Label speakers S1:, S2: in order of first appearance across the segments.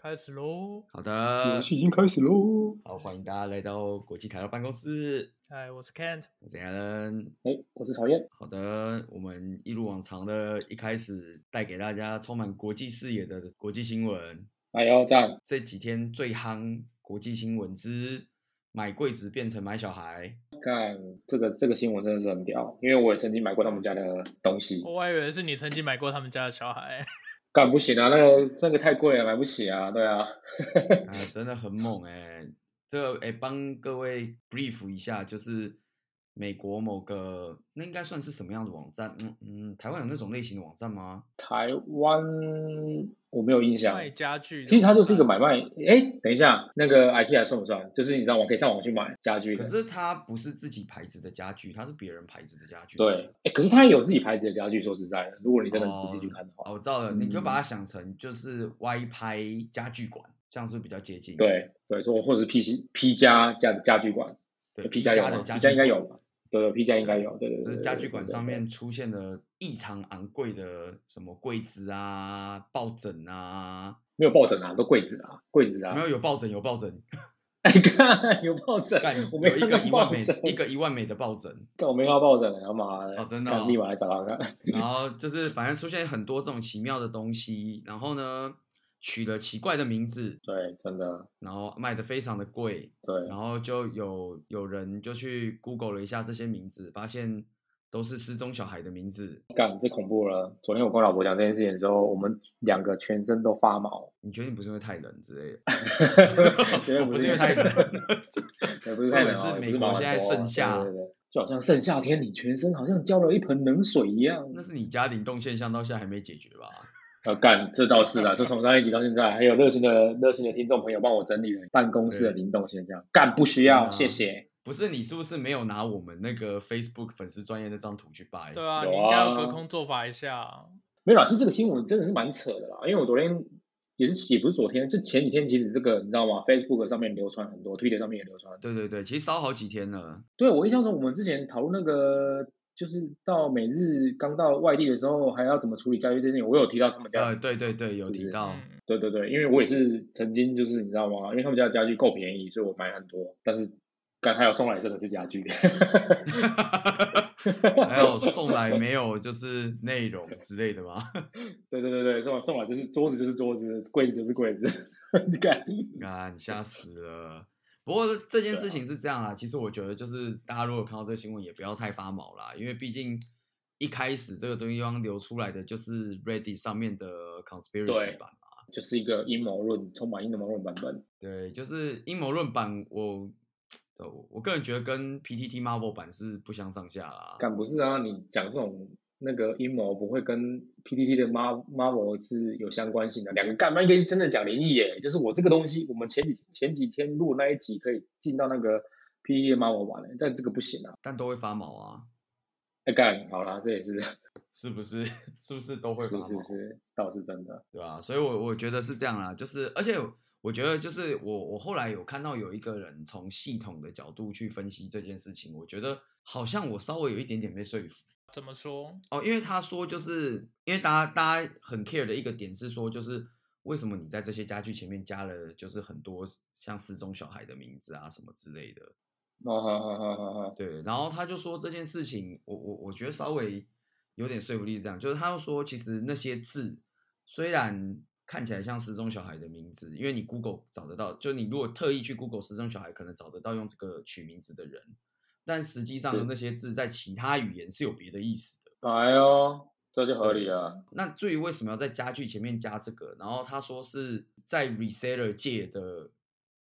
S1: 开始喽！
S2: 好的
S3: 游，戏已经开始喽！
S2: 好，欢迎大家来到国际台湾办公室，
S1: 哎，我是 Kent，
S2: 我是 Alan。
S3: 哎，我是曹燕。
S2: 好的，我们一如往常的，一开始带给大家充满国际视野的国际新闻。
S3: 哎呦，赞！
S2: 这几天最夯国际新闻之买柜子变成买小孩，
S3: 干这个这个新闻真的是很屌，因为我也曾经买过他们家的东西。
S1: 哦我还以为是你曾经买过他们家的小孩，
S3: 干不行啊，那个那个太贵了，买不起啊，对啊。
S2: 啊，真的很猛哎、这哎、帮各位 brief 一下，就是美国某个那应该算是什么样的网站？嗯嗯，台湾有那种类型的网站吗？
S3: 台湾我没有印象
S1: 卖，家具的网站。
S3: 其实它就是一个买卖。哎，等一下，那个 IKEA 算不算？就是你知道我可以上网去买家具
S2: 可
S3: 的。
S2: 是它不是自己牌子的家具，它是别人牌子的家具。
S3: 对，哎，可是它也有自己牌子的家具。说实在的，如果你真的仔细去看的话，
S2: 哦，我知道了，你就把它
S3: 嗯
S2: 想成就是 Y 拍家具馆，这样是不是比较接近。
S3: 对对，说或者是 P C P 家家家具馆
S2: 对
S3: ，P
S2: 家
S3: 有
S2: 的
S3: 吗
S2: 家
S3: ？P 家应该
S2: 具
S3: 有
S2: 馆
S3: 吧？对对，P 家应该有。对对对，
S2: 就是
S3: 对
S2: 家
S3: 对
S2: 具
S3: 对
S2: 馆
S3: 对
S2: 上
S3: 对
S2: 面出现了异常昂贵的什么柜子啊、抱枕啊，
S3: 没有抱枕啊，都柜子啊，柜子啊。
S2: 没有有抱枕有抱枕，
S3: 哎，看有抱枕
S2: 干，
S3: 我没
S2: 有一个
S3: 看到
S2: 一万
S3: 抱
S2: 美
S3: 枕，
S2: 一个一万美的抱枕，
S3: 干我没看到抱枕，他妈的，
S2: 哦真的
S3: 干
S2: 哦
S3: 立马来找他看。
S2: 然后就是反正出现很多这种奇妙的东西，然后呢取了奇怪的名字，
S3: 对，真的，
S2: 然后卖的非常的贵，
S3: 对
S2: 然，后就有有人就去 Google 了一下这些名字，发现都是失踪小孩的名字。
S3: 干这恐怖了。昨天我跟我老婆讲这件事情的时候，我们两个全身都 发毛，
S2: 你确定不是因为太冷之类的？ 哦
S3: 绝对
S2: 我不是因为
S3: 太
S2: 太 冷，
S3: 也不是太
S2: 或
S3: 冷
S2: 者是
S3: 哦，也不
S2: 美国
S3: 毛很
S2: 现在
S3: 多哦
S2: 盛夏
S3: 对对对，就好像盛夏天你全身好像浇了一盆冷水一样。
S2: 那是你家灵动现象到现在还没解决吧？
S3: 呃，干这倒是的，就从上一集到现在，还有热心的热心的听众朋友帮我整理了办公室的
S2: 对
S3: 灵动现象。干不
S2: 真
S3: 需
S2: 的
S3: 要，
S2: 啊
S3: 谢谢。
S2: 不是你是不是没有拿我们那个 Facebook 粉丝专业那张图去掰？
S1: 对啊，
S3: 有
S1: 你应该要
S3: 啊
S1: 隔空做法一下。
S3: 没有啦，是这个新闻真的是蛮扯的啦，因为我昨天也是也不是昨天，就前几天其实这个你知道吗？Facebook 上面流传很多，Twitter 上面也流传很多。
S2: 对对对，其实烧好几天了。
S3: 对我印象中，我们之前讨论那个就是到每日刚到外地的时候，还要怎么处理家具这件事情，我有提到他们家。
S2: 呃，对对对，有
S3: 是不
S2: 提
S3: 是
S2: 到。
S1: 嗯，
S3: 对对对，因为我也是曾经就是你知道吗？因为他们家的家具够便宜，所以我买很多，但是刚还有送来真的是家具。
S2: 还有送来没有就是内容之类的吗？
S3: 对对对对，送来送来就是桌子就是桌子，柜子就是柜子， 你看，
S2: 啊，你吓死了！不过这件
S3: 对
S2: 事
S3: 啊
S2: 情是这样啊，其实我觉得就是大家如果看到这个新闻，也不要太发毛啦，因为毕竟一开始这个东西方流出来的就是 Reddit 上面的 conspiracy
S3: 对
S2: 版嘛，
S3: 就是一个阴谋论，充满阴谋论版本。
S2: 对，就是阴谋论版我。呃我我个人觉得跟 PTT Marvel 版是不相上下啦。
S3: 敢不是啊？你讲这种那个阴谋，不会跟 PPT 的 Mar Marvel 是有相关性的。两个干嘛？应该是真的讲灵异耶。就是我这个东西，我们前几前几天录那一集可以进到那个 PPT 的 Marvel 玩了，但这个不行啊。
S2: 但都会发毛啊，
S3: 哎干，好啦，这也是是
S2: 是不是？ 是不是都会发毛？
S3: 是是，倒是真的。
S2: 对啊，所以我，我觉得是这样啦，就是，而且我觉得，就是我我后来有看到有一个人从系统的角度去分析这件事情，我觉得好像我稍微有一点点被说服
S1: 怎么说？
S2: 哦，因为他说，就是因为大家大家很 care 的一个点是说，就是为什么你在这些家具前面加了就是很多像失踪小孩的名字啊什么之类的，
S3: 哦，好好好好好，
S2: 对，然后他就说这件事情，我我我觉得稍微有点说服力，是这样，就是他又说，其实那些字虽然看起来像失踪小孩的名字，因为你 Google 找得到，就你如果特意去 Google 失踪小孩，可能找得到用这个取名字的人，但实际
S3: 是
S2: 上那些字在其他语言是有别的意思的。
S3: 哎呦，这就合理了。
S2: 那至于为什么要在家具前面加这个，然后他说是在 reseller 界的，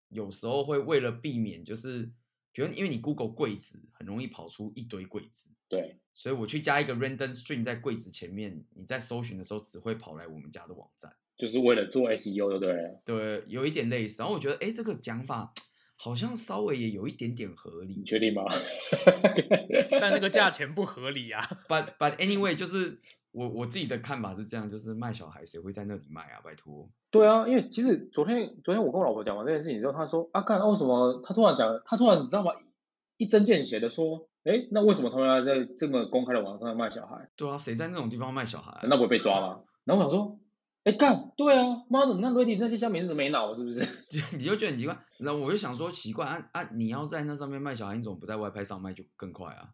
S2: 有时候会为了避免，就是比如因为你 Google 柜子很容易跑出一堆柜子。
S3: 对，
S2: 所以我去加一个 random string 在柜子前面，你在搜寻的时候只会跑来我们家的网站。
S3: 就是为了做 SEO 就对了。
S2: 对，有一点类似。然后我觉得，哎，这个讲法好像稍微也有一点点合理
S3: 你。确定吗？
S1: 但那个价钱不合理啊！
S2: But but anyway，就是我我自己的看法是这样，就是卖小孩谁会在那里卖啊？拜托。
S3: 对啊，因为其实昨天昨天我跟我老婆讲完这件事情之后，她说啊，干，那为什么她突然讲，她突然你知道吗？一针见血的说，哎，那为什么他们要在这么公开的网上卖小孩？
S2: 对啊，谁在那种地方卖小孩啊、
S3: 难道不会被抓吗？然后我想说，哎干，对啊，妈的，那 Ready 那些下面是没脑是 不是？
S2: 你 就觉得很奇怪。然后我就想说奇怪啊啊，你要在那上面卖小孩，你怎么不在外拍上卖就更快啊？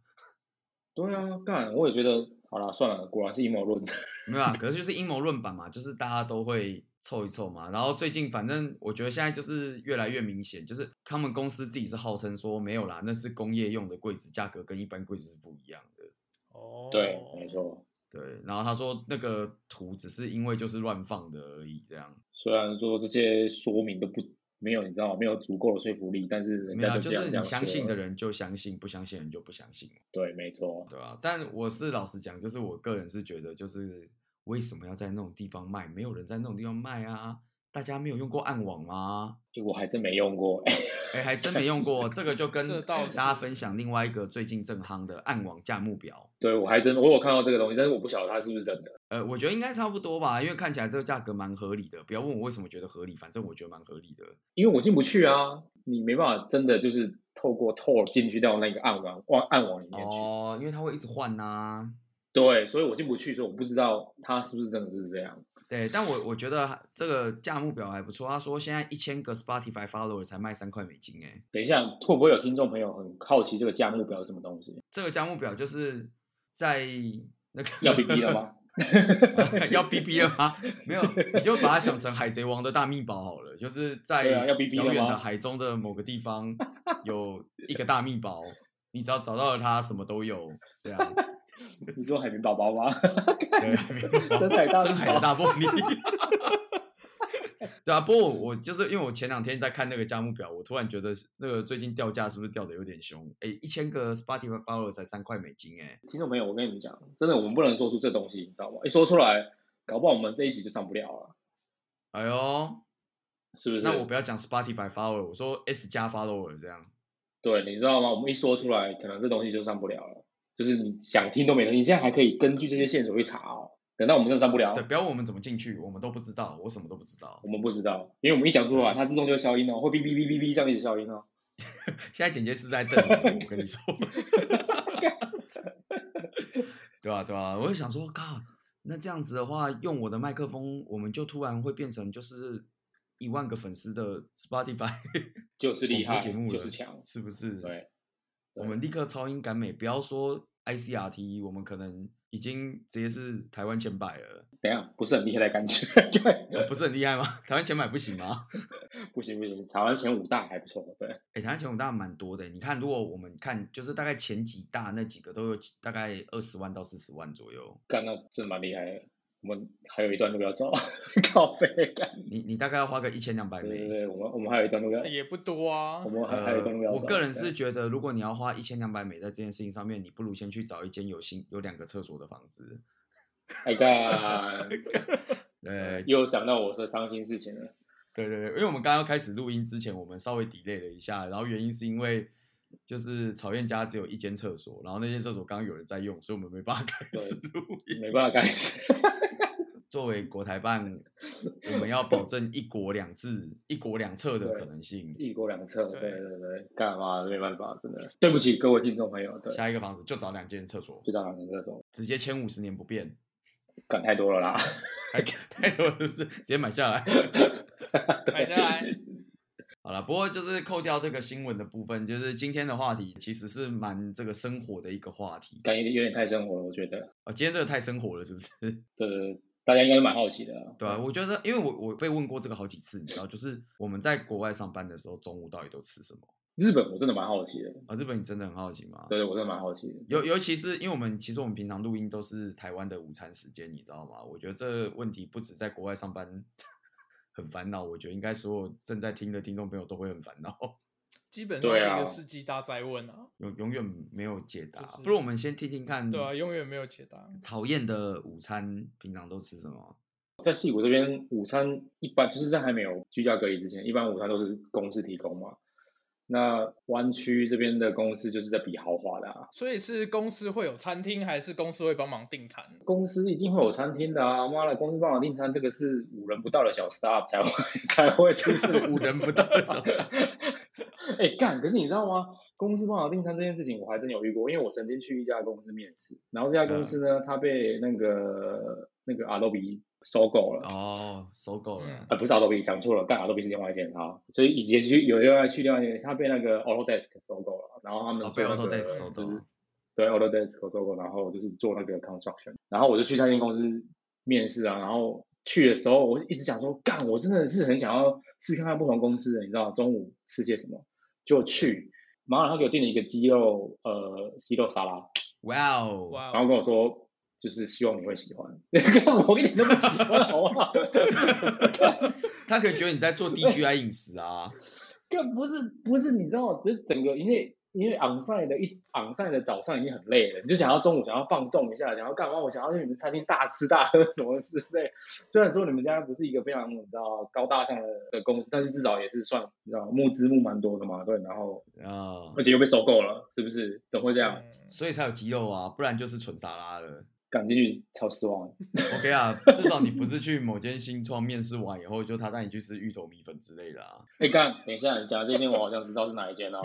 S3: 对啊，干，我也觉得，好啦，算了，果然是阴谋论。
S2: 没有啊，可是就是阴谋论版嘛，就是大家都会凑一凑嘛。然后最近反正我觉得现在就是越来越明显，就是他们公司自己是号称说没有啦，那是工业用的柜子，价格跟一般柜子是不一样的。
S1: 哦，
S3: 对，没错。
S2: 对，然后他说那个图只是因为就是乱放的而已，这样
S3: 虽然说这些说明都不没有，你知道吗？没有足够的说服力，但是人
S2: 没有
S3: 家
S2: 啊，
S3: 这
S2: 就
S3: 样
S2: 是
S3: 这
S2: 你
S3: 样
S2: 相信
S3: 说
S2: 的
S3: 了，
S2: 人就相信，不相信的人就不相信嘛，
S3: 对，没错。
S2: 对吧、但我是老实讲，就是我个人是觉得，就是为什么要在那种地方卖？没有人在那种地方卖啊，大家没有用过暗网吗？
S3: 就我还真没用过，
S2: 哎、还真没用过，这个就跟
S1: 这
S2: 大
S1: 倒是
S2: 家分享另外一个最近正夯的暗网价目表。
S3: 对我还真我有看到这个东西，但是我不晓得它是不是真的。
S2: 呃，我觉得应该差不多吧，因为看起来这个价格蛮合理的。不要问我为什么觉得合理，反正我觉得蛮合理的。
S3: 因为我进不去啊，你没办法真的就是透过 Tor 进去到那个暗网暗暗网里面去。
S2: 哦，因为它会一直换呐、
S3: 对，所以我进不去，所以我不知道它是不是真的是这样。
S2: 对，但我我觉得这个价目表还不错。他说现在一千个 Spotify follower 才卖三块美金，哎，
S3: 等一下，会不会有听众朋友很好奇这个价目表是什么东西？
S2: 这个价目表就是在那个
S3: 要 BB 了？ 吗？
S2: 啊 要 B B 了吗？ 没有，你就把它想成海贼王的大秘宝好了，就是在
S3: 对啊要 BB 了
S2: 遥远的
S3: 吗
S2: 海中的某个地方有一个大秘宝，你只要找到了它，什么都有。这样，
S3: 你说海绵宝宝吗？
S2: 对，
S3: 深海大
S2: 深
S3: 秘
S2: 海的
S3: 宝
S2: 大凤梨。 对啊，不过我我就是因为我前两天在看那个价目表，我突然觉得那个最近掉价是不是掉的有点凶？哎，一千个 Spotify follower 才三块美金哎，
S3: 听众朋友，我跟你们讲，真的我们不能说出这东西，你知道吗？一说出来，搞不好我们这一集就上不了了，
S2: 哎呦，
S3: 是不是？
S2: 那我不要讲 Spotify follower，我说 S 加 follower 这样。
S3: 对，你知道吗？我们一说出来，可能这东西就上不了了，就是你想听都没听。你现在还可以根据这些线索去查哦。等到我们真的上不了
S2: 对，，不要问我们怎么进去，我们都不知道，我什么都不知道
S3: 我。们不知道，因为我们一讲出来，它自动就消音哦，会哔哔哔哔哔这样一直消音哦。
S2: 现在简介是在瞪你，我跟你说，对吧、对吧、啊我就想说，靠，那这样子的话，用我的麦克风，我们就突然会变成就是一万个粉丝的 Spotify
S3: 就是厉
S2: 广播
S3: 害，
S2: 节目了
S3: 就是强，
S2: 是不是？
S3: 对，
S2: 我们立刻超音感美，不要说 ICRT，我们可能已经直接是台湾前百了，
S3: 等一下不是很厉害的感觉，
S2: 呃不是很厉害吗？ 台湾前百不行吗？
S3: 不行不行，台湾前五大还不错，对，
S2: 哎、台湾前五大蛮多的。你看，如果我们看，就是大概前几大那几个都有几大概二十万到四十万左右。
S3: 干那真的蛮厉害的。我们还有一段路要走， 靠背干，
S2: 你你大概要花个一千两百
S3: 嗯对对
S2: 美。
S3: 对，我们我们还有一段路要，
S1: 也不多啊
S3: 我。们还还有一
S2: 哎呃
S3: 段路要，走。
S2: 我个人
S3: 对
S2: 是觉得，如果你要花一千两百美在这件事情上面，你不如先去找一间有新有两个厕所的房子。
S3: 哎干，
S2: 呃，
S3: 又讲到我这伤心事情了。
S2: 对对对，因为我们刚刚开始录音之前，我们稍微 delay 了一下，然后原因是因为就是草燕家只有一间厕所，然后那间厕所刚刚有人在用，所以我们没办法开
S3: 对
S2: 始录音。
S3: 没办法开始。
S2: 作为国台办，我们要保证一国两制、一国两策的
S3: 对
S2: 可能性。
S3: 一国两策，
S1: 对
S3: 对对对，干嘛没办法，真的对不起各位听众朋友，对，
S2: 下一个房子就找两间厕所，
S3: 就当两成这种，
S2: 直接签五十年不变，
S3: 干太多了啦，
S2: 太 太多了就是直接买下来。
S1: 买下 来，
S2: 好了，不过就是扣掉这个新闻的部分，就是今天的话题其实是蛮这个生活的一个话题
S3: 感觉有点太生活了，我觉得，
S2: 啊、哦。今天这个太生活了，是不 是？
S3: 对对对，大家应该都蛮好奇的啊，
S2: 对啊，我觉得因为我我被问过这个好几次，你知道，就是我们在国外上班的时候，中午到底都吃什么
S3: 日本我真的蛮好奇的，
S2: 啊？日本你真的很好奇吗？
S3: 对对，我真的蛮好奇的，
S2: 尤尤其是因为我们其实我们平常录音都是台湾的午餐时间，你知道吗？我觉得这问题不止在国外上班 很烦恼，我觉得应该所有正在听的听众朋友都会很烦恼，
S1: 基本上
S3: 对
S1: 是一
S3: 啊
S1: 个世纪大灾问啊。
S2: 永永远没有解答。
S1: 就是
S2: 不如我们先听听
S3: 嗯
S2: 看，
S1: 对啊，永远没有解答。
S2: 曹燕的午餐平常都吃 什么？
S3: 在戏谷这边午餐一般就是在还没有居家隔离之前，一般午餐都是公司提供嘛，那湾区这边的公司就是在比豪华的啊，
S1: 所以是公司会有餐厅，还是公司会帮忙订餐？
S3: 公司一定会有餐厅的啊！妈的，公司帮我订餐，这个是五人不到的小 staff 才会 才会出现
S2: 五人不到的小
S3: 哎、干！可是你知道吗？公司帮我订餐这件事情，我还真有遇过，因为我
S2: 嗯
S3: 曾经去一家公司面试，然后这家公司呢，它被那个那个 Adobe 收购了。
S2: 哦，收购了
S1: 嗯，
S3: 啊，不是 Adobe，讲错了，但 Adobe 是另外一间哈，所以以前去有另外去另外一间，他被那个 Autodesk 收购了，然后他们
S2: 哦，
S3: 做
S2: 被
S3: 那个
S2: Autodesk 收购
S3: 就是
S2: 了。
S3: 对 Autodesk 收购，然后就是做那个 construction，然后我就去那间公司面试啊，然后去的时候我一直想说，干，我真的是很想要试看看不同公司的，你知道中午吃些什么，就去，马上他给我订了一个鸡肉呃鸡肉沙拉，
S2: 哇哦，
S1: 哇
S3: 然后
S1: 哦，
S3: 跟我说。就是希望你会喜欢， 我一点都不喜欢，好不好？
S2: 他可能觉得你在做 DGI 饮食啊。
S3: 更不是不是，你知道，就是整个因为因为 on site 的一 on site 的早上已经很累了，你就想要中午想要放纵一下，想要干嘛？我想要去你们餐厅大吃大喝什么之类。虽然说你们家不是一个非常你知道高大上的的公司，但是至少也是算你知道募资募蛮多的嘛，对。然后
S2: 啊、
S3: 而且又被收购了，是不是？怎么会这样？
S1: 嗯
S2: 所以才有鸡肉啊，不然就是纯沙拉了。
S3: 赶进去超失望。
S2: OK 啊，至少你不是去某间新创面试完以后，就他带你去吃芋头米粉之类的啊。
S3: 哎、干，等一下，你讲的这间我好像知道是哪一间哦。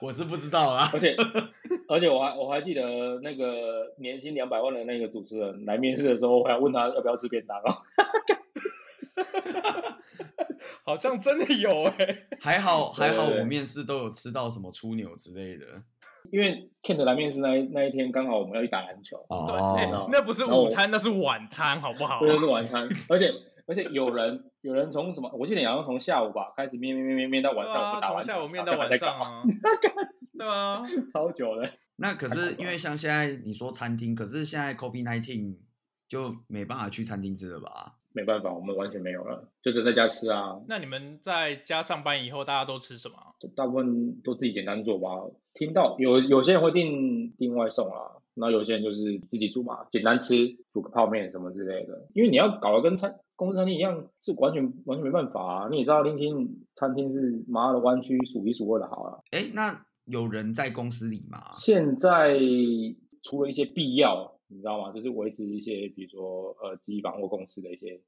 S2: 我是不知道啊啦。
S3: 而且而且我还我还记得那个年薪两百万的那个主持人来面试的时候，我还问他要不要吃便当哦。
S1: 好像真的有哎、
S2: 还好还好，
S3: 对对
S2: 我面试都有吃到什么猪牛之类的。
S3: 因为 Kent 来面试那一那一天，刚好我们要去打篮球，
S1: 对、哎
S2: 哦，
S1: 那不是午餐，那是晚餐，好不好
S3: 这？就是晚餐，而且而且有人有人从什么，我记得好像从下午吧开始面面面面面到晚上，我
S1: 啊，
S3: 们打
S1: 从
S3: 完
S1: 下午面到
S3: 到
S1: 晚上啊，对啊，
S3: 超久的。
S2: 那可
S3: 太
S2: 是
S3: 恐怖
S2: 因为像现在你说餐厅，可是现在 COVID nineteen 就没办法去餐厅吃了吧？
S3: 没办法，我们完全没有了，就只在家吃啊，
S1: 那你们在家上班以后，大家都吃什 么啊？
S3: 就大部分都自己简单做吧。听到有有些人会订订外送啦，那有些人就是自己煮嘛，简单吃，煮个泡面什么之类的。因为你要搞得跟餐公司餐厅一样，是完全完全没办法啊。你也知道，林厅餐厅是麻辣的湾区数一数二的好啊。
S2: 哎，那有人在公司里吗？
S3: 现在除了一些必要，你知道吗？就是维持一些，比如说呃，机房或公司的一些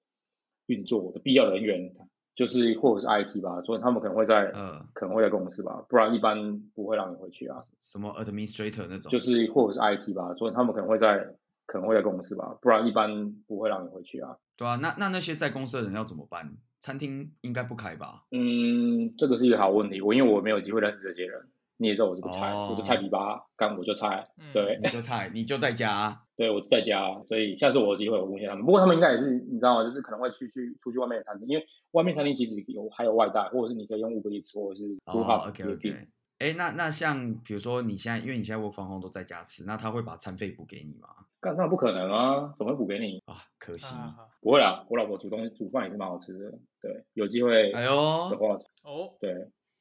S3: 运作的必要人员，就是或者是 IT 吧，所以他们可能会在。
S2: 呃，
S3: 可能会在公司吧，不然一般不会让你回去啊。
S2: 什么 administrator 那种？
S3: 就是或者是 IT 吧，所以他们可能会在可能会在公司吧，不然一般不会让你回去啊。
S2: 对啊，那那那些在公司的人要怎么办？餐厅应该不开吧？
S3: 嗯，这个是一个好问题，我因为我没有机会认识这些人，你也知道我是个菜，
S2: 哦
S3: 我就菜比吧，干我就菜，
S1: 嗯
S3: 对
S2: 你就菜，你就在家。啊
S3: 对，我在家，所以下次我有机会我问一下他们。不过他们应该也是你知道吗？就是可能会去去出去外面的餐厅，因为外面餐厅其实有还有外带，或者是你可以用 Uber Eats 或者是 g o
S2: 哦
S3: o p
S2: ，OK
S3: 也可以
S2: OK。哎，那那像比如说你现在，因为你现在 work from home 都在家吃，那他会把餐费补给你吗？
S3: 干那不可能啊，怎么会补给你？
S2: 啊，可惜。
S1: 啊，
S3: 不会啦，我老婆煮东西煮饭也是蛮好吃的，对，有机会
S2: 哎
S3: 的
S2: 呦，
S3: 话，
S1: 哦，
S3: 对。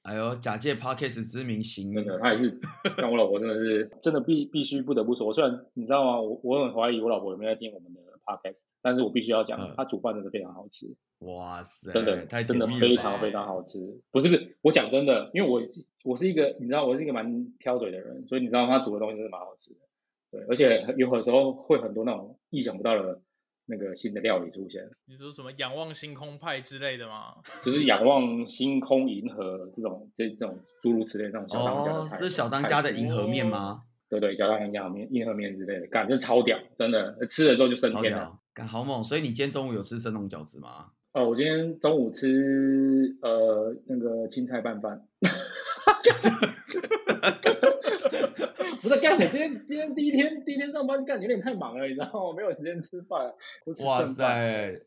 S2: 哎呦，假借 podcast 之名行，
S3: 真的，他 也是，但我老婆真的是真的必必须不得不说，虽然你知道吗，我我很怀疑我老婆有没有在听我们的 podcast，但是我必须要
S2: 嗯
S3: 讲，她煮饭真的非常好吃，
S2: 哇塞，
S3: 真的
S2: 太
S3: 真的
S2: 甜蜜了
S3: 非常
S2: 欸
S3: 非常好吃。不是不是，我讲真的，因为我我是一个你知道我是一个蛮挑嘴的人，所以你知道她煮的东西真的蛮好吃的，对，而且有的时候会很多那种意想不到的那个新的料理出现，
S1: 你说什么仰望星空派之类的吗？
S3: 就是仰望星空银河这种这这种诸如此类的那种小当家的
S2: 哦，
S3: 菜，
S2: 是小当
S3: 菜
S2: 家
S3: 式
S2: 的银河面吗？
S3: 对对，加上人家面硬和面之类的，干这超屌，真的吃了之后就升
S2: 超
S3: 天了。
S2: 屌，干好猛！所以你今天中午有吃生龙饺子吗？
S3: 哦，我今天中午吃呃那个青菜拌饭， 不是干，我今天今天第一天第一天上班干有点太忙了，你知道吗？没有时间吃饭，不吃
S2: 哇
S3: 剩
S2: 塞，
S3: 饭，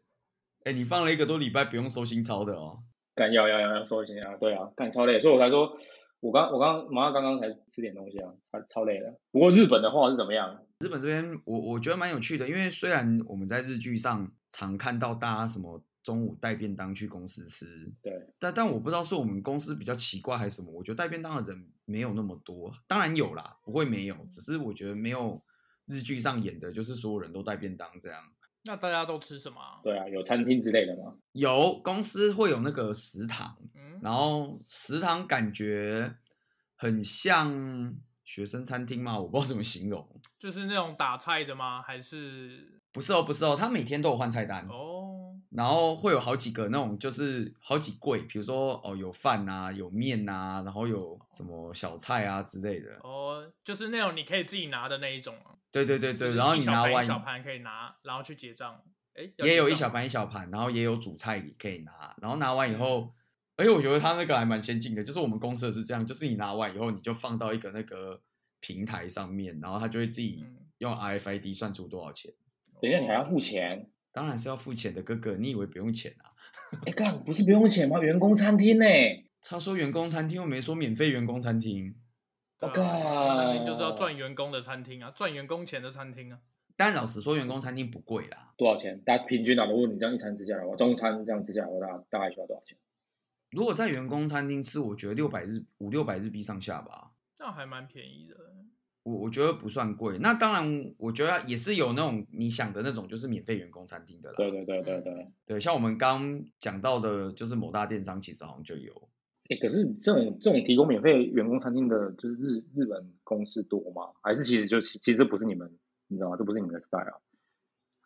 S2: 哎、你放了一个多礼拜不用收新钞的哦。
S3: 干要要要要收心啊，对啊，干超累，所以我才说，我刚我刚马上刚刚才吃点东西啊，超超累了。不过日本的话是怎么样？
S2: 日本这边我我觉得蛮有趣的，因为虽然我们在日剧上常看到大家什么中午带便当去公司吃，
S3: 对，
S2: 但但我不知道是我们公司比较奇怪还是什么，我觉得带便当的人没有那么多，当然有啦，不会没有，只是我觉得没有日剧上演的，就是所有人都带便当这样。
S1: 那大家都吃什么啊？
S3: 对啊，有餐厅之类的吗？
S2: 有公司会有那个食堂，
S1: 嗯，
S2: 然后食堂感觉很像学生餐厅嘛，我不知道怎么形容。
S1: 就是那种打菜的吗？还是
S2: 不是哦，不是哦，他每天都有换菜单，
S1: 哦，
S2: 然后会有好几个那种，就是好几柜，比如说哦有饭啊，有面啊，然后有什么小菜啊之类的。
S1: 哦，就是那种你可以自己拿的那一种啊。
S2: 对对对
S1: 就
S2: 对，
S1: 是
S2: 然后
S1: 一
S2: 你
S1: 小
S2: 拿
S1: 盘一
S2: 完
S1: 小盘可以拿，然后去结账。哎，要
S2: 也有
S1: 结
S2: 一
S1: 账
S2: 小
S1: 吗嗯
S2: 盘一小盘，然后也有主菜可以拿，然后拿完以后，而且我觉得他那个还蛮先进的，就是我们公司的是这样，就是你拿完以后，你就放到一个那个平台上面，然后他就会自己
S1: 嗯哦
S2: 用 RFID 算出多少钱。
S3: 等一下你还要付钱？
S2: 当然是要付钱的，哥哥，你以为不用钱啊？
S3: 哎，干不是不用钱吗？员工餐厅呢？
S2: 他说员工餐厅，又没说免费员工餐厅。
S1: 对
S3: 我
S1: 啊
S3: 靠，
S1: 餐厅就是要赚员工的餐厅啊，赚员工钱的餐厅啊。
S2: 但老实说，员工餐厅不贵啦，
S3: 多少钱？大家平均啊，如果你这样一餐吃下来，我中餐这样吃下来，我大大概需要多少钱？
S2: 如果在员工餐厅吃，我觉得六百日五六百日币上下吧。
S1: 那还蛮便宜的，
S2: 我我觉得不算贵。那当然，我觉得也是有那种你想的那种，就是免费员工餐厅的啦。
S3: 对对对对对。
S2: 对，像我们刚讲到的，就是某大电商其实好像就有。
S3: 哎，可是这种这种提供免费员工餐厅的，就是日日本公司多吗？还是其实就其其实这不是你们，你知道吗？这不是你们的 style 啊。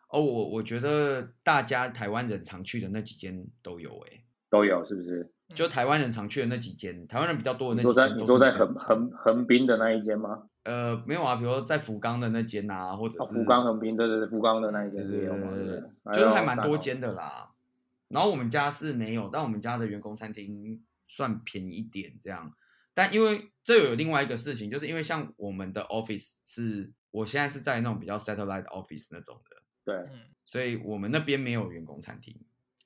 S2: 哦，我我觉得大家台湾人常去的那几间都有、欸，
S3: 都有是不是？
S2: 就台湾人常去的那几间，台湾人比较多
S3: 你
S2: 的那
S3: 说
S2: 几
S3: 在
S2: 间
S3: 你
S2: 都
S3: 说
S2: 是
S3: 在
S2: 免费
S3: 横
S2: 餐
S3: 横横滨的那一间吗？
S2: 呃没有啊，比如说在福冈的那间啊，或者
S3: 啊，
S2: 是
S3: 福冈横滨，对对对，福冈的那一
S2: 对
S3: 间
S2: 对对
S3: 也有嘛，对
S2: 对
S3: 不对
S2: 对？，就是还蛮
S3: 哎呦
S2: 多间的啦。然后我们家是没有，但我们家的员工餐厅算便宜一点这样。但因为这有另外一个事情，就是因为像我们的 office 是我现在是在那种比较 satellite office 那种的，
S3: 对，
S1: 嗯，
S2: 所以我们那边没有员工餐厅，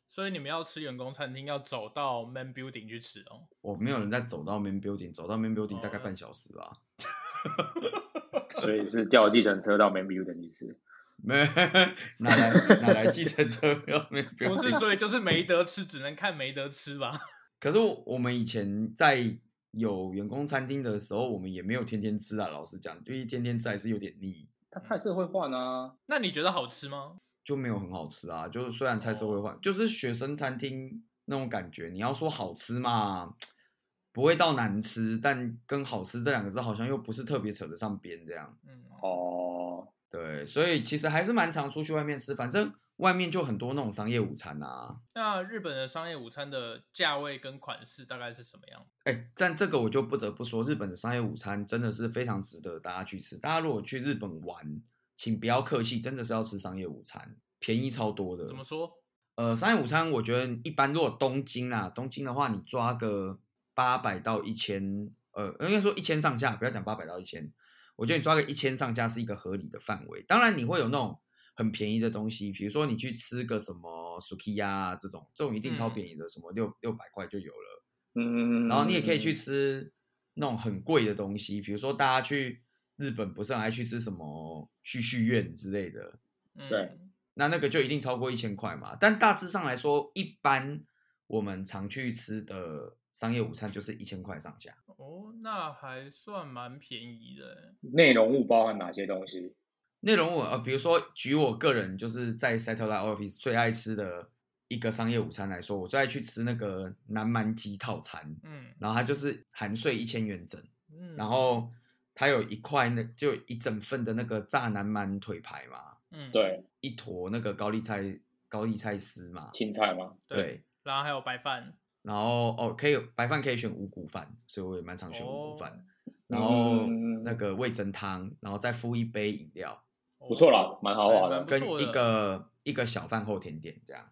S1: 所以你们要吃员工餐厅，要走到 Man Building 去吃哦。
S2: 我没有人在走到 main building，走到 main building 大概
S1: 哦
S2: 半小时吧。
S3: 所以是叫计程车到 Man Building 去吃。
S2: 没哪来哪来计程车要 main
S1: 不
S2: building？
S1: 是，所以就是没得吃，只能看没得吃吧。
S2: 可是我我们以前在有员工餐厅的时候，我们也没有天天吃啊。老实讲，就一天天吃还是有点腻，
S3: 他菜色会换啊，
S1: 那你觉得好吃吗？
S2: 就没有很好吃啊。就是虽然菜色会换，就是学生餐厅那种感觉。你要说好吃嘛，不会到难吃，但跟好吃这两个字好像又不是特别扯得上边这样。
S1: 嗯，
S3: 哦，
S2: 对，所以其实还是蛮常出去外面吃，反正外面就很多那种商业午餐啊。
S1: 那日本的商业午餐的价位跟款式大概是什么样？
S2: 哎，但这个我就不得不说，日本的商业午餐真的是非常值得大家去吃。大家如果去日本玩，请不要客气，真的是要吃商业午餐，便宜超多的
S1: 怎。么说？
S2: 呃，商业午餐我觉得一般，如果东京啦，东京的话，你抓个八百到一千，呃，应该说一千上下，不要讲八百到一千，我觉得你抓个一千上下是一个合理的范围。当然，你会有那种很便宜的东西，比如说你去吃个什么 sukiya 啊这种，这种一定超
S1: 嗯
S2: 便宜的，什么六六百块就有了。
S3: 嗯，
S2: 然后你也可以去吃那种很贵的东西，比如说大家去日本不是很爱去吃什么旭旭苑之类的，
S1: 嗯，
S3: 对
S2: 那那个就一定超过一千块嘛。但大致上来说，一般我们常去吃的商业午餐就是一千块上下。
S1: 哦，那还算蛮便宜的。
S3: 内容物包含哪些东西？
S2: 内容我呃，比如说举我个人就是在 Satellite Office 最爱吃的一个商业午餐来说，我最爱去吃那个南蛮鸡套餐，
S1: 嗯
S2: 然后它就是含税一千元整。
S1: 嗯，
S2: 然后它有一块那就一整份的那个炸南蛮腿排嘛，
S1: 嗯
S3: 对，
S2: 一坨那个高丽菜高丽菜丝嘛，
S3: 青菜吗？
S1: 对
S2: 对，
S1: 然后还有白饭，
S2: 然后哦可以有白饭可以选五谷饭，所以我也蛮常选五
S1: 哦
S2: 谷饭，然后
S3: 嗯
S2: 那个味噌汤，然后再附一杯饮料，
S1: 哦
S3: 不错啦，蛮豪华
S1: 还蛮
S3: 的
S1: 不，
S2: 跟
S1: 错
S2: 一
S1: 的
S2: 个一个小饭后甜点这样，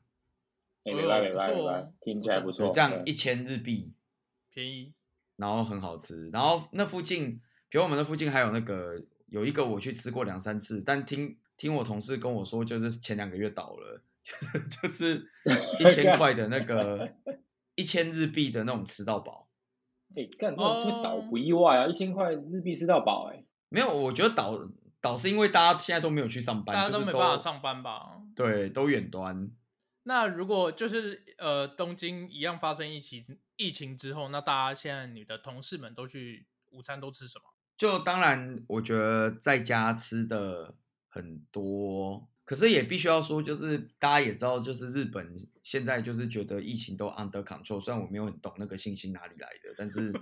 S3: 哎，
S1: 不
S3: 没来
S1: 错
S3: 没来
S1: 不
S3: 没
S1: 错
S3: 来
S1: 哦，
S3: 听起来
S1: 不
S3: 不
S2: 所以
S3: 错，
S2: 这样
S3: 对
S2: 一千日币，
S1: 便宜。
S2: 然后很好吃，然后那附近，比如我们那附近还有那个有一个我去吃过两三次，但听听我同事跟我说，就是前两个月倒了， 就是就是一千块的那个一千日币的那种吃到饱。
S3: 哎，干这种会倒
S1: 哦
S3: 不意外啊，一千块日币吃到饱，哎，
S2: 没有，我觉得倒倒是因为大家现在都没有去上班，
S1: 大家
S2: 就是
S1: 没
S2: 都
S1: 办法上班吧？
S2: 对，都远端。
S1: 那如果就是呃，东京一样发生疫情疫情之后，那大家现在你的同事们都去午餐都吃什么？
S2: 就当然，我觉得在家吃的很多，可是也必须要说，就是大家也知道，就是日本现在就是觉得疫情都 under control。虽然我没有很懂那个信心哪里来的，但是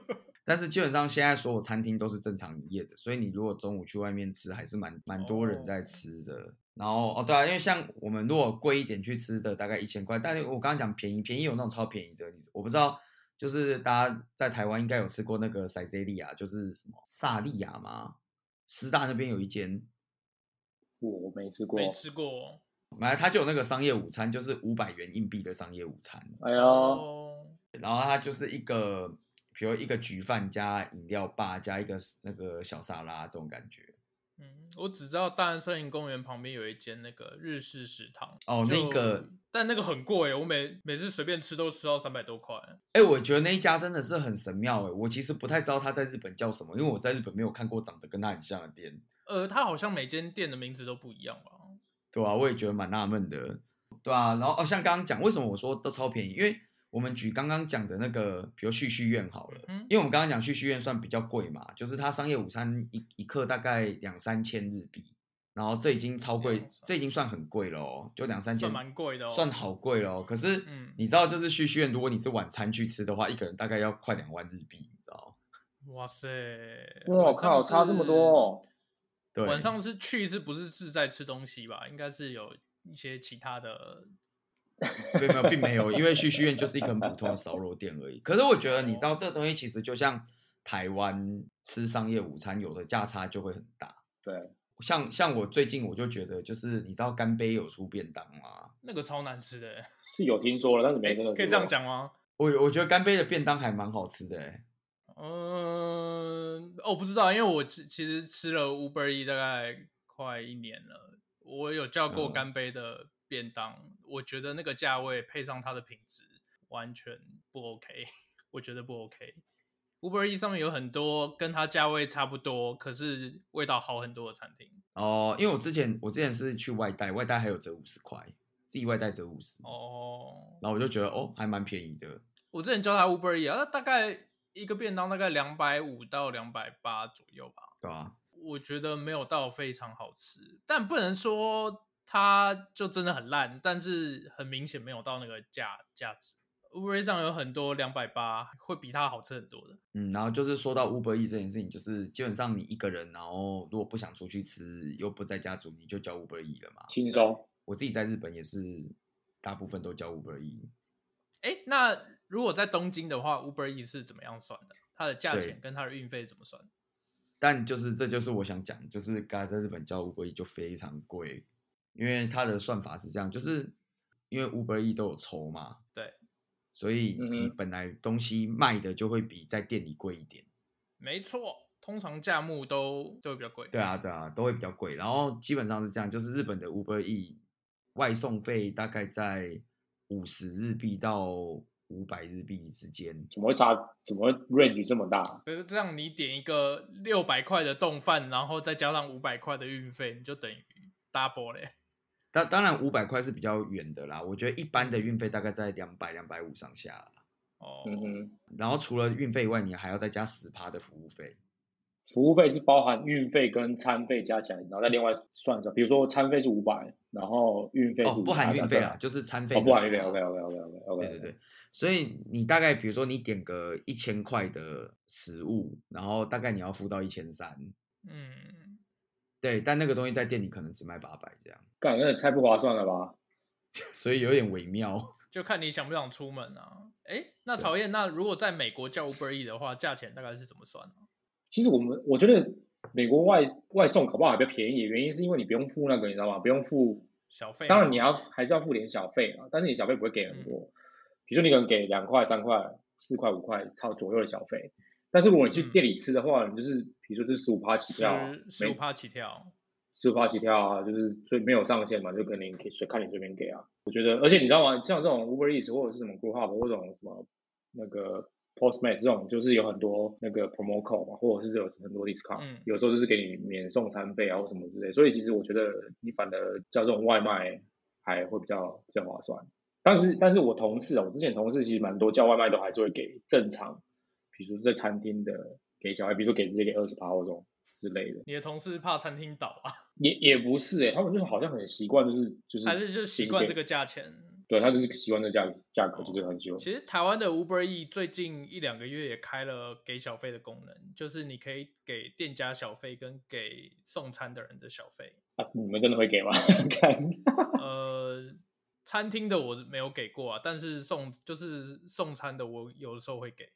S2: 但是基本上现在所有餐厅都是正常营业的，所以你如果中午去外面吃，还是蛮蛮多人在
S1: 哦
S2: 吃的。然后哦，对啊，因为像我们如果贵一点去吃的，大概一千块。但是我刚刚讲便宜，便宜有那种超便宜的，你我不知道，就是大家在台湾应该有吃过那个塞塞利亚，就是什么萨利亚嘛，师大那边有一间，
S3: 我没吃过。
S1: 没吃过。
S2: 本来它就有那个商业午餐，就是五百元硬币的商业午餐，
S3: 哎呦，
S1: 哦，
S2: 然后它就是一个，比如一个焗饭加饮料吧加一个那个小沙拉这种感觉。
S1: 嗯，我只知道大安森林公园旁边有一间那个日式食堂。
S2: 哦
S1: 就
S2: 那个，
S1: 但那个很贵，我每每次随便吃都吃到三百多块。
S2: 哎、我觉得那一家真的是很神妙哎、我其实不太知道它在日本叫什么，因为我在日本没有看过长得跟它很像的店，
S1: 呃，它好像每间店的名字都不一样吧？
S2: 对啊，我也觉得蛮纳闷的，对啊，然后哦，像刚刚讲，为什么我说都超便宜？因为我们举刚刚讲的那个，比如旭旭苑好了，
S1: 嗯
S2: 因为我们刚刚讲旭旭苑算比较贵嘛，就是它商业午餐一一克大概两三千日币，然后这已经超贵
S1: 两，三
S2: 这已经算很贵了哦，就两三
S1: 哼，
S2: 千
S1: 算，蛮贵的哦，
S2: 算好贵了哦。可是
S1: 嗯
S2: 你知道，就是旭旭苑，如果你是晚餐去吃的话，一个人大概要快两万日币，你知道？
S1: 哇塞！
S3: 我
S1: 晚上
S3: 靠，差这么多哦！
S2: 对，
S1: 晚上是去是不是是在吃东西吧？应该是有一些其他的，
S2: 对，没有，并没有，因为旭旭苑就是一个很普通的烧肉店而已。可是我觉得，你知道这个东西其实就像台湾吃商业午餐，有的价差就会很大。
S3: 对，
S2: 像像我最近我就觉得，就是你知道干杯有出便当吗？
S1: 那个超难吃的，
S3: 是有听说了，但是
S2: 哎
S3: 没真的
S1: 可以这样。讲吗？
S2: 我我觉得干杯的便当还蛮好吃的、欸，
S1: 嗯，哦，不知道，因为我其其实吃了 Uber E 大概快一年了，我有叫过
S2: 嗯
S1: 干杯的便当，我觉得那个价位配上它的品质，完全不 OK，我 觉得不 OK。Uber E 上面有很多跟它价位差不多，可是味道好很多的餐厅。
S2: 哦，因为我之前我之前是去外带，外带还有折五十块，自己外带折五十，
S1: 哦，
S2: 然后我就觉得哦，还蛮便宜的。
S1: 我之前叫他 Uber E 啊，那大概一个便当大概两百五到两百八左右吧。
S2: 对吧、
S1: 我觉得没有到非常好吃，但不能说它就真的很烂，但是很明显没有到那个价价值。Uber Eats 上有很多两百八会比它好吃很多的。
S2: 嗯，然后就是说到 Uber E 这件事情，就是基本上你一个人，然后如果不想出去吃，又不在家煮，你就叫 Uber E 了嘛。
S3: 轻松，
S2: 我自己在日本也是，大部分都叫 Uber E。
S1: 哎，那如果在东京的话，Uber E 是怎么样算的？它的价钱
S2: 对
S1: 跟它的运费怎么算？
S2: 但就是这就是我想讲，就是刚才在日本叫 Uber E 就非常贵，因为它的算法是这样，就是因为 Uber E 都有抽嘛，
S1: 对，
S2: 所以
S3: 嗯
S2: 你
S3: 哼
S2: 本来东西卖的就会比在店里贵一点。
S1: 没错，通常价目都都会比较贵。
S2: 对啊，
S3: 嗯
S2: 对啊，都会比较贵。然后基本上是这样，就是日本的 Uber E 外送费大概在五十日币到五百日币之间。
S3: 怎么会差？怎么会 range 这么大？
S1: 比如这样，你点一个六百块的冻饭，然后再加上五百块的运费，你就等于 double 嘞。
S2: 当当然五百块是比较远的啦，我觉得一般的运费大概在两百两百五上下啦。
S1: 哦，
S3: 嗯哼，
S2: 然后除了运费以外，你还要再加十趴的服务费。
S3: 服务费是包含运费跟餐费加起来，然后再另外算上。比如说餐费是五百，然后运费是
S2: 哦，
S3: 500
S2: 不含运费啦，
S3: 那这
S2: 就是餐费、
S3: 样啊哦，不含运费。OK。OK OK OK OK。
S2: 对对对，所以你大概比如说你点个一千块的食物，然后大概你要付到一千三，
S1: 嗯，
S2: 对，但那个东西在店里可能只卖八百这样。
S3: 干，那也太不划算了吧？
S2: 所以有点微妙。
S1: 就看你想不想出门啊。哎，那
S2: 对
S1: 曹燕，那如果在美国叫 Uber E 的话，价钱大概是怎么算呢、啊
S3: 其实我们我觉得美国外外送搞不好还比较便宜，原因是因为你不用付那个，你知道吗？不用付
S1: 小费吗？
S3: 当然你要还是要付点小费啊，但是你小费不会给
S1: 嗯
S3: 很多，比如说你可能给两块、三块、四块、五块超左右的小费，但是如果你去
S1: 嗯
S3: 店里吃的话，你就是比如说是十五趴起跳啊
S1: 十，十五趴起跳。
S3: 十五趴起跳啊，就是所以没有上限嘛，就跟你可以随看你随便给啊。我觉得，而且你知道吗？像这种 Uber Eats 或者是什么 Grubhub 或者这种什么那个 Postmates 这种，就是有很多那个 promo code 嘛，或者是有很多 discount，、
S1: 嗯
S3: 有时候就是给你免送餐费啊或什么之类。所以其实我觉得你反而叫这种外卖还会比较比较划算。但是但是我同事啊，我之前同事其实蛮多叫外卖都还是会给正常，比如说在餐厅的给小孩，比如说给直接给二十趴或这种之类的。
S1: 你的同事怕餐厅倒啊，
S3: 也也不是哎、欸，他们就是好像很习惯，就是就是
S1: 还是就是习惯这
S3: 个
S1: 个价钱？
S3: 对他就是喜欢这价价格，就是很喜欢。
S1: 其实台湾的 Uber E 最近一两个月也开了给小费的功能，就是你可以给店家小费跟给送餐的人的小费。
S3: 啊，你们真的会给吗？ 看，
S1: 呃，餐厅的我没有给过啊，但是送就是送餐的我有的时候会给，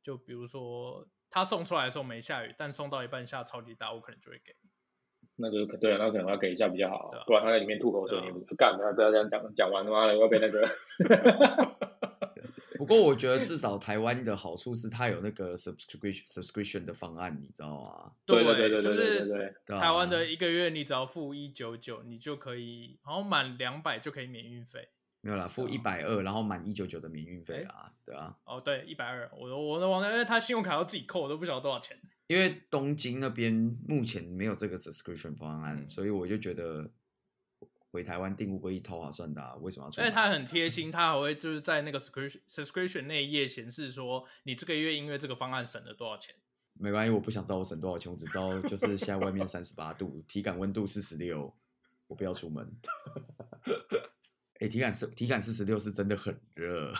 S1: 就比如说他送出来的时候没下雨，但送到一半下超级大，我可能就会给。
S3: 那就对啊，那可能要给一下比较好
S1: 对啊，
S3: 不然他在里面吐口水，
S1: 对啊
S3: 你不干，不要不要这样讲，讲完他妈的要被 那个。
S2: 不过我觉得至少台湾的好处是它有那个 subscription subscription 的方案，你知道吗？
S3: 对对对
S1: 对
S3: 对对对对
S1: 就是
S3: 对，
S2: 对啊
S1: 台湾的一个月你只要付一九九，你就可以好像满两百就可以免运费。
S2: 没有啦，付一百二，然后满一九九的免运费
S1: 哎
S2: 啦，对啊，
S1: 哦，对，一百二，我都我都忘了，因为他信用卡要自己扣，我都不晓得多少钱。
S2: 因为东京那边目前没有这个 subscription 方案，
S1: 嗯
S2: 所以我就觉得回台湾订 Uber E 超划算的、啊，为什么要出
S1: 而
S2: 门？
S1: 且他很贴心，他还会就是在那个 subscription subscription 那一页显示说你这个月因为这个方案省了多少钱。
S2: 没关系，我不想知道我省多少钱，我只知道就是现在外面三十八度，体感温度四十六，我不要出门。 哎、体感是体感四十六是真的很热，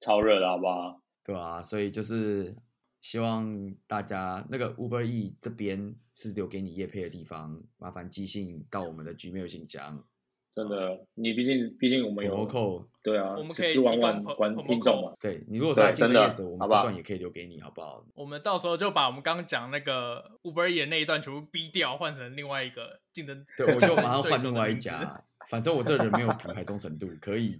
S3: 超热的好不好？
S2: 对啊，所以就是希望大家那个 Uber E 这边是留给你业配的地方，麻烦寄信到我们的 Gmail 信箱
S3: 真的，你毕竟毕竟我们有
S2: ，Promo
S3: 对啊，
S1: 嗯我们可以
S3: 十万万
S1: 提供
S3: 观
S1: promo
S3: 听众嘛，
S2: 对你如果是要
S3: 对
S2: 竞争
S3: 真的
S2: 叶子，我
S3: 好
S2: 们
S3: 不
S2: 这
S3: 好
S2: 段也可以留给你，好不 好？
S1: 我们到时候就把我们刚刚讲那个 Uber E 的那一段全部逼掉，换成另外一个竞争。
S2: 对，我就马上
S1: 对
S2: 换
S1: 手
S2: 另
S1: 的
S2: 外一
S1: 名字
S2: 家，反正我这人没有品牌忠诚度，可 以。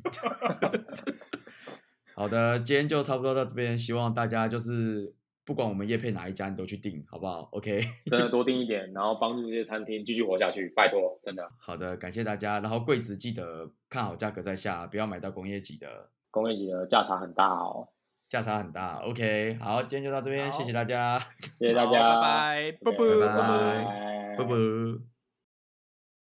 S2: 好的，今天就差不多到这边，希望大家就是不管我们叶配哪一家，你都去订，好不好？OK，
S3: 真的多订一点，然后帮助这些餐厅继续活下去，拜托，真的，
S2: 好的，感谢大家。然后柜子记得看好价格再下，不要买到工业级的，
S3: 工业级的价差很大哦，
S2: 价差很大。OK，好，今天就到这边，谢
S1: 好
S2: 谢大家，
S3: 谢谢大
S1: 好
S3: 家，
S1: 拜拜，啵
S3: 拜
S1: 啵
S2: 拜
S1: 啵啵
S2: 拜。拜拜。